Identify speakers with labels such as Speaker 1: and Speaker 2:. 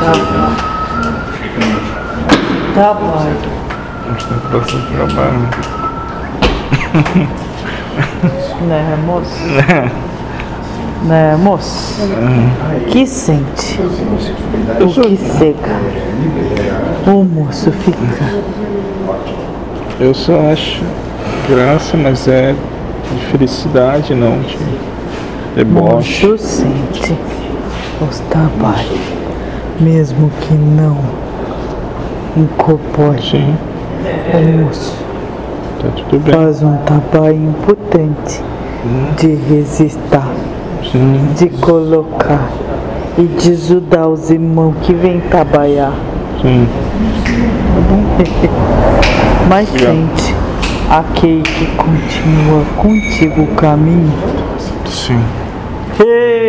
Speaker 1: Tá bom. Tá bom.
Speaker 2: Estou próximo do trabalho.
Speaker 1: Né, moço? Né, moço? Que sente? O que seca? O moço fica.
Speaker 2: Eu só acho graça, mas é de felicidade, não de deboche.
Speaker 1: Moço sente os trabalhos, mesmo que não incorpore
Speaker 2: Sim,
Speaker 1: o moço.
Speaker 2: tá tudo bem.
Speaker 1: Faz um trabalho importante de resistar.
Speaker 2: Sim,
Speaker 1: de colocar e de ajudar os irmãos que vêm trabalhar.
Speaker 2: sim.
Speaker 1: Mas
Speaker 2: Legal.
Speaker 1: sente aquele que continua contigo o caminho.
Speaker 2: Sim.